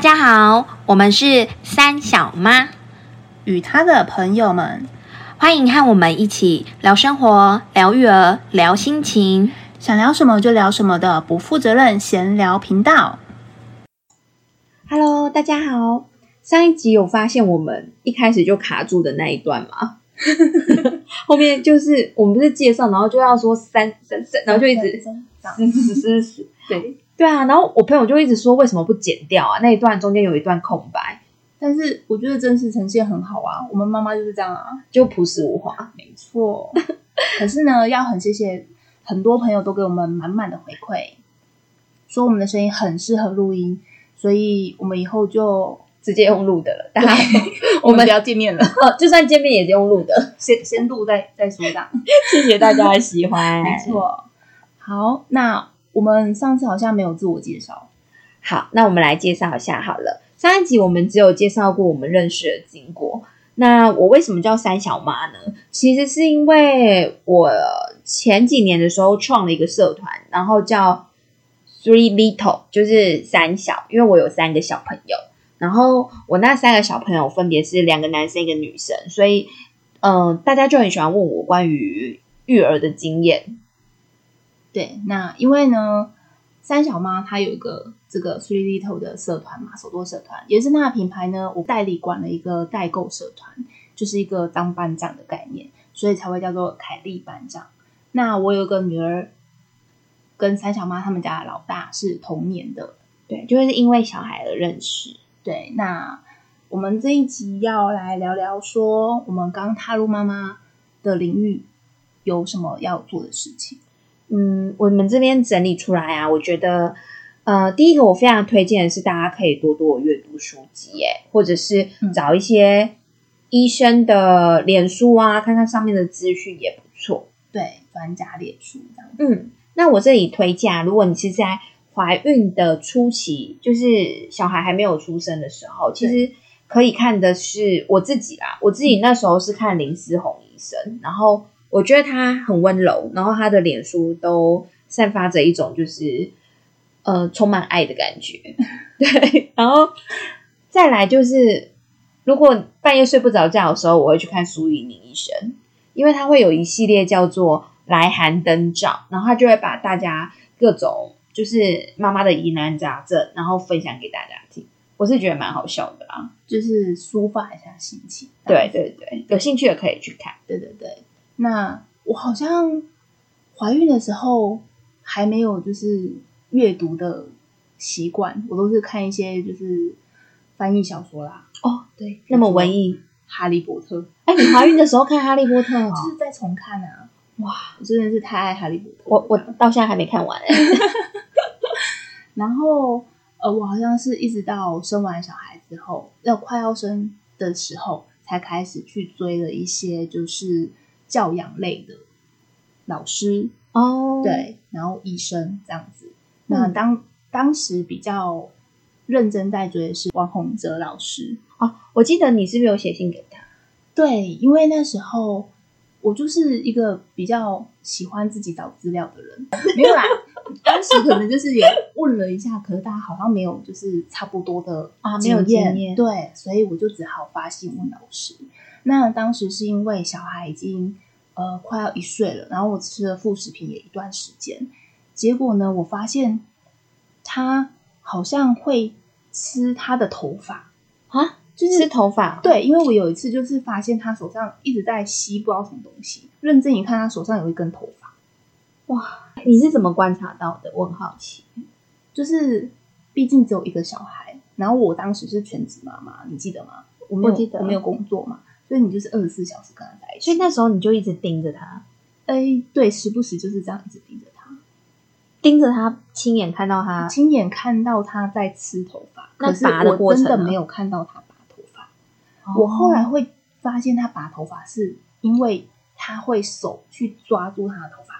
家好，我们是三小妈，与他的朋友们，欢迎和我们一起聊生活、聊育儿、聊心情。想聊什么就聊什么的不负责任闲聊频道。 Hello，大家好。上一集有发现我们一开始就卡住的那一段 吗？后面就是我们不是介绍，然后就要说三三三，然后就一直嗯是是是，对，对啊。然后我朋友就一直说为什么不剪掉啊？那一段中间有一段空白，但是我觉得真实呈现很好啊，我们妈妈就是这样啊，就朴实无华。没错。可是呢，要很谢谢很多朋友都给我们满满的回馈，说我们的声音很适合录音，所以我们以后就直接用录的了，大家我们不要见面了， 呃就算见面也是用录的。 先先录再再说的。谢谢大家的喜欢，没错。好，那我们上次好像没有自我介绍，好，那我们来介绍一下好了。上一集我们只有介绍过我们认识的经过。那我为什么叫三小妈呢？其实是因为我前几年的时候创了一个社团，然后叫 Three Little，就是三小，因为我有三个小朋友。然后我那三个小朋友分别是两个男生一个女生，所以嗯、呃大家就很喜欢问我关于育儿的经验。对，那因为呢，三小妈她有一个这个 Three Little 的社团嘛，手作社团，也是那个品牌呢，我代理管了一个代购社团，就是一个当班长的概念，所以才会叫做凯莉班长。那我有个女儿，跟三小妈他们家的老大是同年的，对，就是因为小孩而认识。对，那我们这一集要来聊聊说，我们刚踏入妈妈的领域有什么要做的事情。嗯，我们这边整理出来啊，我觉得，呃，第一个我非常推荐的是大家可以多多阅读书籍，哎，或者是嗯找一些医生的脸书啊，看看上面的资讯也不错。对，专家列出这样。嗯，那我这里推荐啊，如果你是在怀孕的初期，就是小孩还没有出生的时候，其实可以看的是我自己啦，我自己那时候是看林思宏医生，然后我觉得他很温柔，然后他的脸书都散发着一种就是呃充满爱的感觉，对，然后再来就是如果半夜睡不着觉的时候，我会去看苏以宁医生，因为他会有一系列叫做来函灯照，然后他就会把大家各种就是妈妈的疑难杂症，然后分享给大家听。我是觉得蛮好笑的啦，就是抒发一下心情。对对对，有兴趣的可以去看。对对对。那我好像怀孕的时候还没有就是阅读的习惯，我都是看一些就是翻译小说啦，哦，对，那么文艺。 《哈利波特》哎，你怀孕的时候看《哈利波特》就哦？是在重看啊。哇，我真的是太爱《哈利波特了》我我到现在还没看完哎、然后呃，我好像是一直到生完小孩之后，要快要生的时候，才开始去追了一些就是教养类的老师，哦，，对，然后医生这样子。那当、当时比较认真在追的是王洪哲老师，哦，我记得你是不是有写信给他？对，因为那时候我就是一个比较喜欢自己找资料的人，没有啦。当时可能就是也问了一下，可是大家好像没有就是差不多的啊没有验，经验对，所以我就只好发信问老师。那当时是因为小孩已经呃快要一岁了，然后我吃了副食品也一段时间，结果呢，我发现他好像会吃他的头发，啊，就是是头发，对，因为我有一次就是发现他手上一直在吸不知道什么东西，认真一看，他手上有一根头发，你是怎么观察到的？我很好奇。就是毕竟只有一个小孩，然后我当时是全职妈妈，你记得吗？我没有，我记得没有工作嘛，所以你就是二十四小时跟他在一起。所以那时候你就一直盯着他，哎，对，时不时就是这样一直盯着他，盯着他，亲眼看到他亲眼看到他在吃头发，那可是拔的我过真程的呢没有看到他拔头发。我后来会发现他拔头发是因为他会手去抓住他的头发。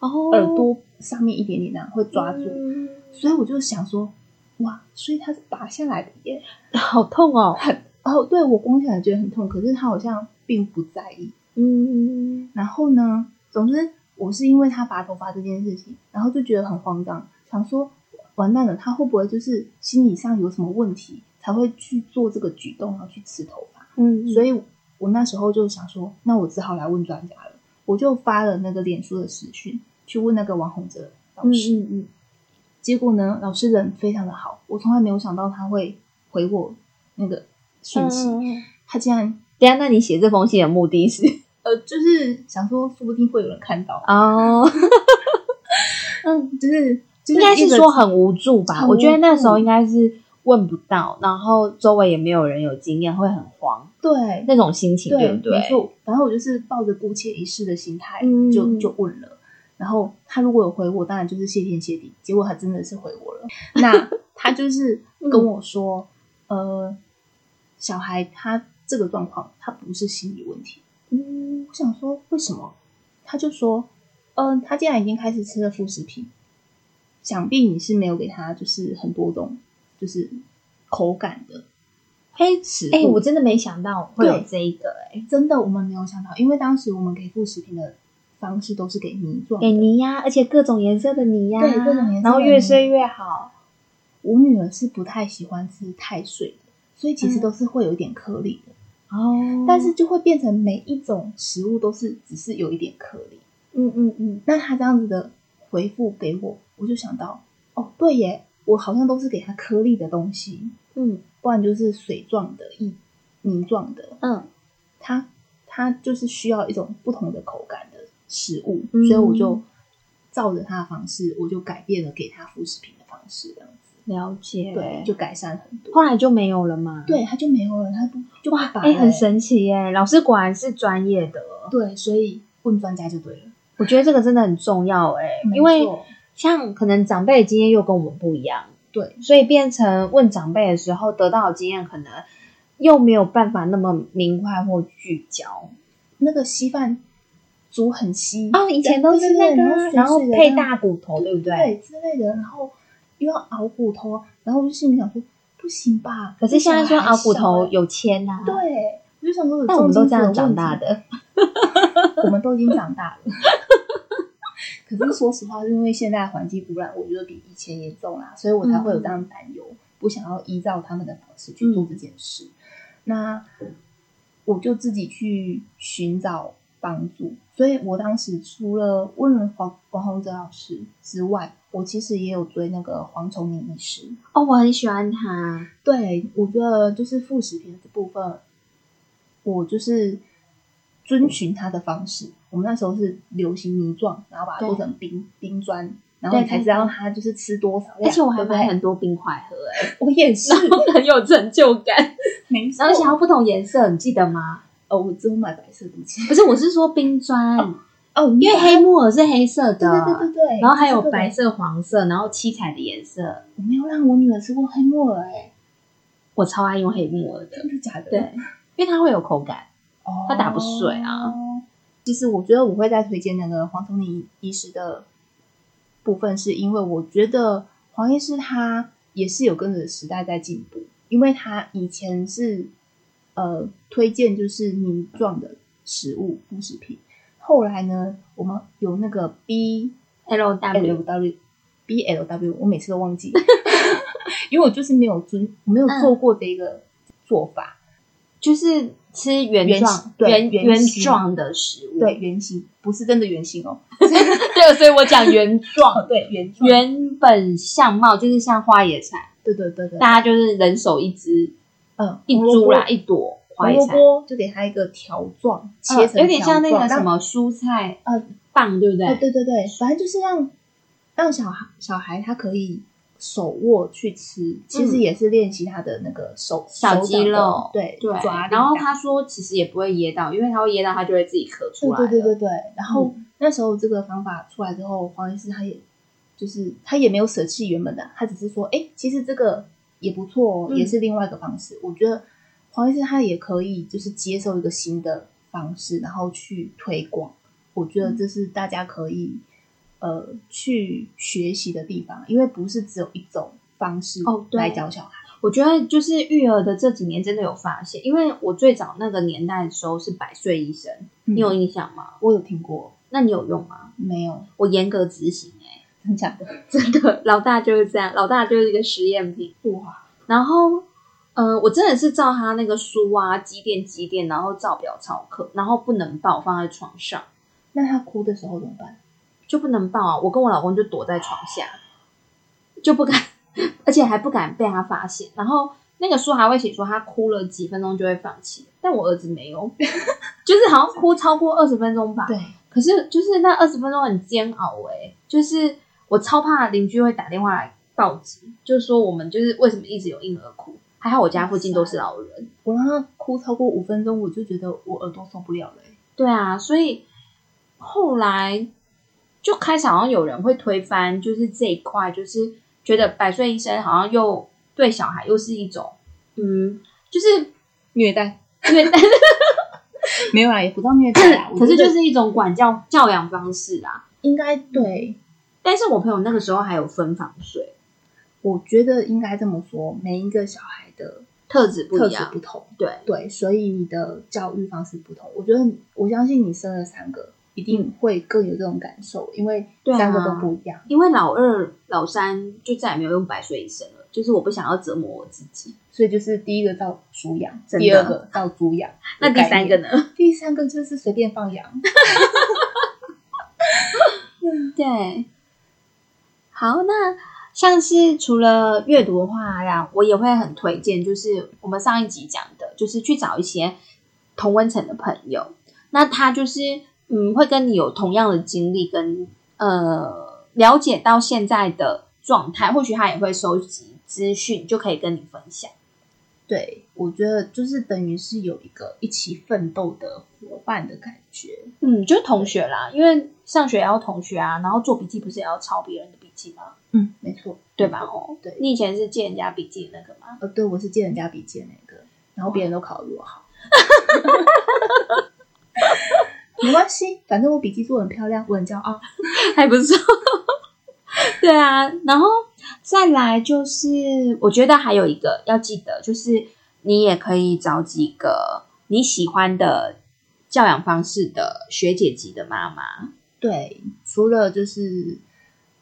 哦耳朵上面一点点那啊样会抓住，嗯所以我就想说，哇，所以它是拔下来的耶。好痛哦。哦，对我光想来觉得很痛，可是他好像并不在意。嗯，然后呢，总之我是因为他拔头发这件事情，然后就觉得很慌张，想说完蛋了，他会不会就是心理上有什么问题才会去做这个举动，然后去吃头发？嗯所以我那时候就想说，那我只好来问专家了，我就发了那个脸书的私讯去问那个王洪哲老师。嗯嗯结果呢，老师人非常的好，我从来没有想到他会回我那个讯息，嗯。他竟然对啊，那你写这封信的目的是呃，就是想说，说不定会有人看到，哦，就是就是 嗯应该是一个说很无助吧？ 很我觉得无那时候助应该是问不到，然后周围也没有人有经验，会很慌对那种心情，对不对？没错。然后我就是抱着姑且一试的心态，嗯就就问了。然后他如果有回我，当然就是谢天谢地。结果他真的是回我了。 那他就是嗯跟我说，呃，小孩他这个状况，他不是心理问题。嗯我想说为什么？他就说，嗯、他既然已经开始吃了副食品，想必你是没有给他就是很多种就是口感的。黑齿哎、度我真的没想到会有对这一个、哎，真的我们没有想到，因为当时我们给副食品的方式都是给泥状的。给泥呀，而且各种颜色的泥呀，对各种颜色的泥然后越碎越好。我女儿是不太喜欢吃太碎的，所以其实都是会有一点颗粒的，哦，但是就会变成每一种食物都是只是有一点颗粒。嗯嗯嗯，那她这样子的回复给我，我就想到，哦，对耶，我好像都是给她颗粒的东西，嗯不然就是水状的、一泥状的，嗯，它它就是需要一种不同的口感的食物，嗯所以我就照着它的方式，我就改变了给它副食品的方式，这样子，了解。对，就改善很多。后来就没有了嘛。，对，它就没有了，它不就不哇，拔哎、了很神奇耶、老师果然是专业的。对，所以问专家就对了，我觉得这个真的很重要哎、没因为错像可能长辈的经验又跟我们不一样，对，所以变成问长辈的时候得到的经验可能又没有办法那么明快或聚焦。那个稀饭煮很稀哦，以前都是那嗯对对对然后个啊，水然后水的配那样大骨头，对不对？对之类的，然后又要熬骨头，然后我就心里想说，不行吧？可是现在说熬骨头有。有铅呐、啊，对，，我就想说，但我们都这样长大，的，我们都已经长大了。 可是说实话，是因为现在环境污染，我觉得比以前严重啦，所以我才会有这样的担忧，不想要依照他们的方式去做这件事。那我就自己去寻找帮助，所以我当时除了问了黄黄宏哲老师之外，我其实也有追那个黄崇明医师。哦，我很喜欢它。对，我觉得就是副食品的这部分，我就是遵循它的方式。我们那时候是流行泥状，然后把它对做成冰冰砖，然后对你才对知道对它就是吃多少量。而且我还对不买对很多冰块喝、欸， 我也是，很有成就感。没然后想要不同颜色，你记得吗？哦，我只有买白色，对不起。不是，我是说冰砖，哦，因为黑木耳是黑色的，对对对对对，然后还哎有这个白色、黄色，然后七彩的颜色。我没有让我女儿吃过黑木耳，哎，我超爱用黑木耳的，真的假的？对，因为它会有口感。哦，它打不碎啊。其实我觉得我会再推荐那个黄崇林医师的呃部分，是因为我觉得黄医师他也是有跟着时代在进步，因为他以前是呃推荐就是泥状的食物副食品，后来呢，我们有那个 B L W L W B L W，我每次都忘记，因为我就是没有遵没嗯有做过这个做法，就是吃原原状、对原原原形状的食物。对，圆形不是真的圆形哦，对，所以我讲 原状，对，圆状原本相貌就是像花野菜。对对对对，大家就是人手一只，嗯，一红萝株卜啦，一朵花红椰萝菜，嗯卜就给它一个条状，切成有点像那条个状什，么蔬菜呃棒，对不对？让哦对对对，反正就是让让小孩小孩他可以手握去吃，其实也是练习他的那个手嗯小手肌掌的肉对对抓。力然后这样他说，其实也不会噎到，因为他会噎到，他就会自己咳出来。嗯对对对对对，然后那时候这个方法出来之后，黄医师他也就是他也没有舍弃原本的，他只是说，哎，其实这个也不错哦，嗯也是另外一个方式。我觉得黄医师他也可以就是接受一个新的方式，然后去推广。我觉得嗯这是大家可以呃去学习的地方，因为不是只有一种方式哦对来教小孩。我觉得就是育儿的这几年真的有发现，因为我最早那个年代的时候是百岁医生，你有嗯印象吗？我有听过那你有用吗？没有？ 我严格执行哎、真假的？真的，老大就是这样，老大就是一个实验品。哇，然后，呃，我真的是照他那个书啊，几点几点，然后照表操课，然后不能抱，放在床上那他哭的时候怎么办？就不能抱啊。我跟我老公就躲在床下，就不敢， 而且还不敢被他发现。然后那个书还会写说他哭了几分钟就会放弃，但我儿子没有， 就是好像哭超过二十分钟吧。对，可是就是那二十分钟很煎熬哎、就是我超怕邻居会打电话来报警，就是说我们就是为什么一直有婴儿哭，还好我家附近都是老人。我让他哭超过五分钟，我就觉得我耳朵受不了了、欸。对啊，所以后来就开始好像有人会推翻，就是这一块，就是觉得百岁医生好像又对小孩又是一种，嗯，就是虐待 虐待，。没有啦，也不到虐待啦 可是就啊我觉得是一种管教教养方式啊。应该对，嗯但是我朋友那个时候还有分房睡，我觉得应该这么说，每一个小孩的特质不特一质样，不同，对对，所以你的教育方式不同。我觉得你，我相信你生了三个，一定会更有这种感受，因为嗯对啊三个都不一样。因为老二、老三就再也没有用百岁医生了，就是我不想要折磨我自己。所以就是第一个到猪养，真的第二个到猪养，那第三个呢？呢？第三个就是随便放羊。对，好，那像是除了阅读的话呀，我也会很推荐，就是我们上一集讲的，就是去找一些同温层的朋友，那他就是嗯，会跟你有同样的经历跟呃了解到现在的状态，或许他也会收集资讯，就可以跟你分享。对，我觉得就是等于是有一个一起奋斗的伙伴的感觉。嗯，就是同学啦，因为上学也要同学啊，然后做笔记不是也要抄别人的笔记吗？嗯，没错，对吧？哦，对你以前是借人家笔记的那个吗？呃，对我是借人家笔记的那个，然后别人都考得比我好。没关系，反正我笔记做得很漂亮，我很骄傲。还不错。 对啊，然后再来就是，我觉得还有一个要记得，就是你也可以找几个你喜欢的教养方式的学姐级的妈妈。对，除了就是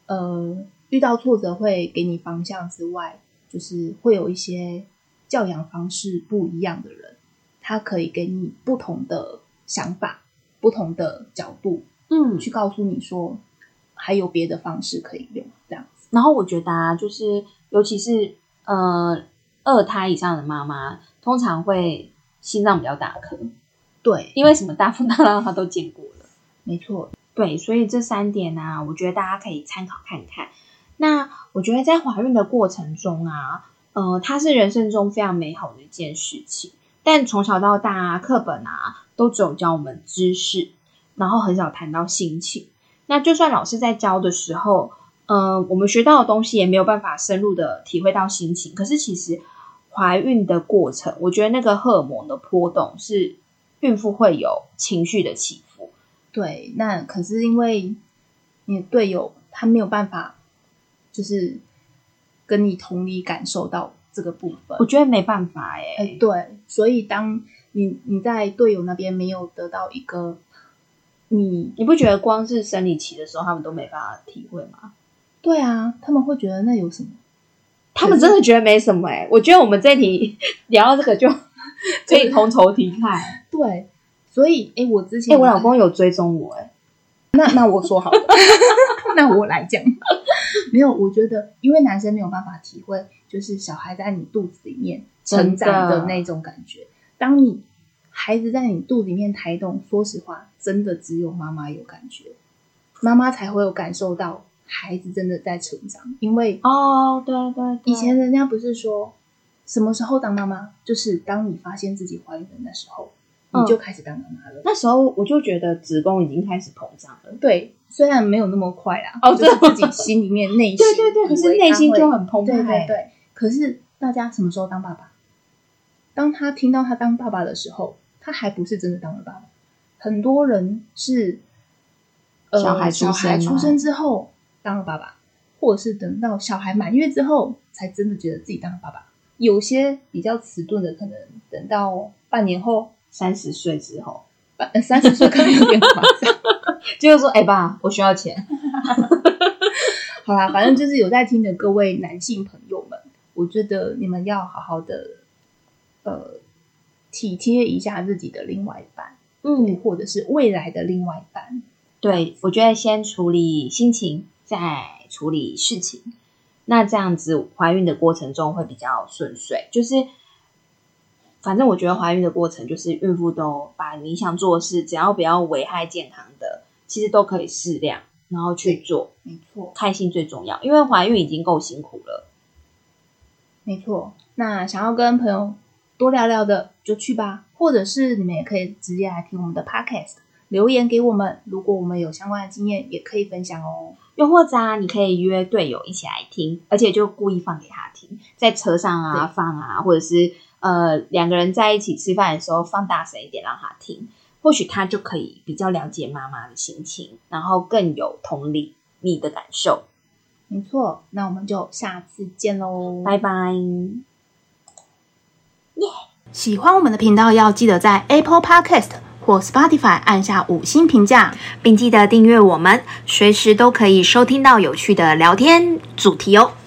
呃遇到挫折会给你方向之外，就是会有一些教养方式不一样的人，他可以给你不同的想法、不同的角度，嗯去告诉你说还有别的方式可以用。这样子，然后我觉得啊，就是尤其是呃二胎以上的妈妈，通常会心脏比较大颗，对，因为什么大风大浪她都见过了。没错，对，所以这三点呢、我觉得大家可以参考看看。那我觉得在怀孕的过程中啊，呃，它是人生中非常美好的一件事情。但从小到大、啊，课本啊都只有教我们知识，然后很少谈到心情。那就算老师在教的时候，呃，我们学到的东西也没有办法深入的体会到心情。可是其实怀孕的过程，我觉得那个荷尔蒙的波动是孕妇会有情绪的起伏。对。那可是因为你的队友他没有办法，就是跟你同理感受到这个部分我。觉得没办法哎、哎、对，所以当你你在队友那边没有得到一个你，你不觉得光是生理期的时候，他们都没办法体会吗？对啊，他们会觉得那有什么？他们真的觉得没什么哎、我觉得我们这一题聊到这个就 可以同仇敌忾。 哎、对，所以哎、我之前欸我老公有追踪我哎、那 那我说好了，那我来讲，没有，我觉得因为男生没有办法体会，就是小孩在你肚子里面成长真的的那种感觉。当你孩子在你肚子里面抬动，说实话，真的只有妈妈有感觉，妈妈才会有感受到孩子真的在成长，因为哦，对对以前人家不是说，什么时候当妈妈，就是当你发现自己怀孕的那时候，嗯你就开始当妈妈了。那时候我就觉得子宫已经开始膨胀了。对，虽然没有那么快啦，哦就是对自己心里面内心，对对对，可是内心就很很澎湃。对对对。可是大家什么时候当爸爸？当他听到他当爸爸的时候，他还不是真的当了爸爸。很多人是，呃，小小孩出生孩吗出生之后当了爸爸，或者是等到小孩满月之后，才真的觉得自己当了爸爸。有些比较迟钝的，可能等到半年后，三十岁之后，半三十岁可能有点夸张。就是说，哎、爸，我需要钱。好啦，反正就是有在听的各位男性朋友们，我觉得你们要好好的，呃，体贴一下自己的另外一半，嗯，或者是未来的另外一半。对，我觉得先处理心情，再处理事情，那这样子怀孕的过程中会比较顺遂。就是，反正我觉得怀孕的过程，就是孕妇都把你想做的事，只要不要危害健康的，其实都可以适量，然后去做，没错，开心最重要。因为怀孕已经够辛苦了，没错。那想要跟朋友多聊聊的，就去吧，或者是你们也可以直接来听我们的 podcast，留言给我们。如果我们有相关的经验，也可以分享哦。又或者啊，你可以约队友一起来听，而且就故意放给他听，在车上啊放啊，或者是呃两个人在一起吃饭的时候放大声一点让他听，或许他就可以比较了解妈妈的心情，然后更有同理你的感受。没错，那我们就下次见喽，拜拜。喜欢我们的频道，要记得在 Apple Podcast 或 Spotify 按下五星评价，并记得订阅我们，随时都可以收听到有趣的聊天主题哦。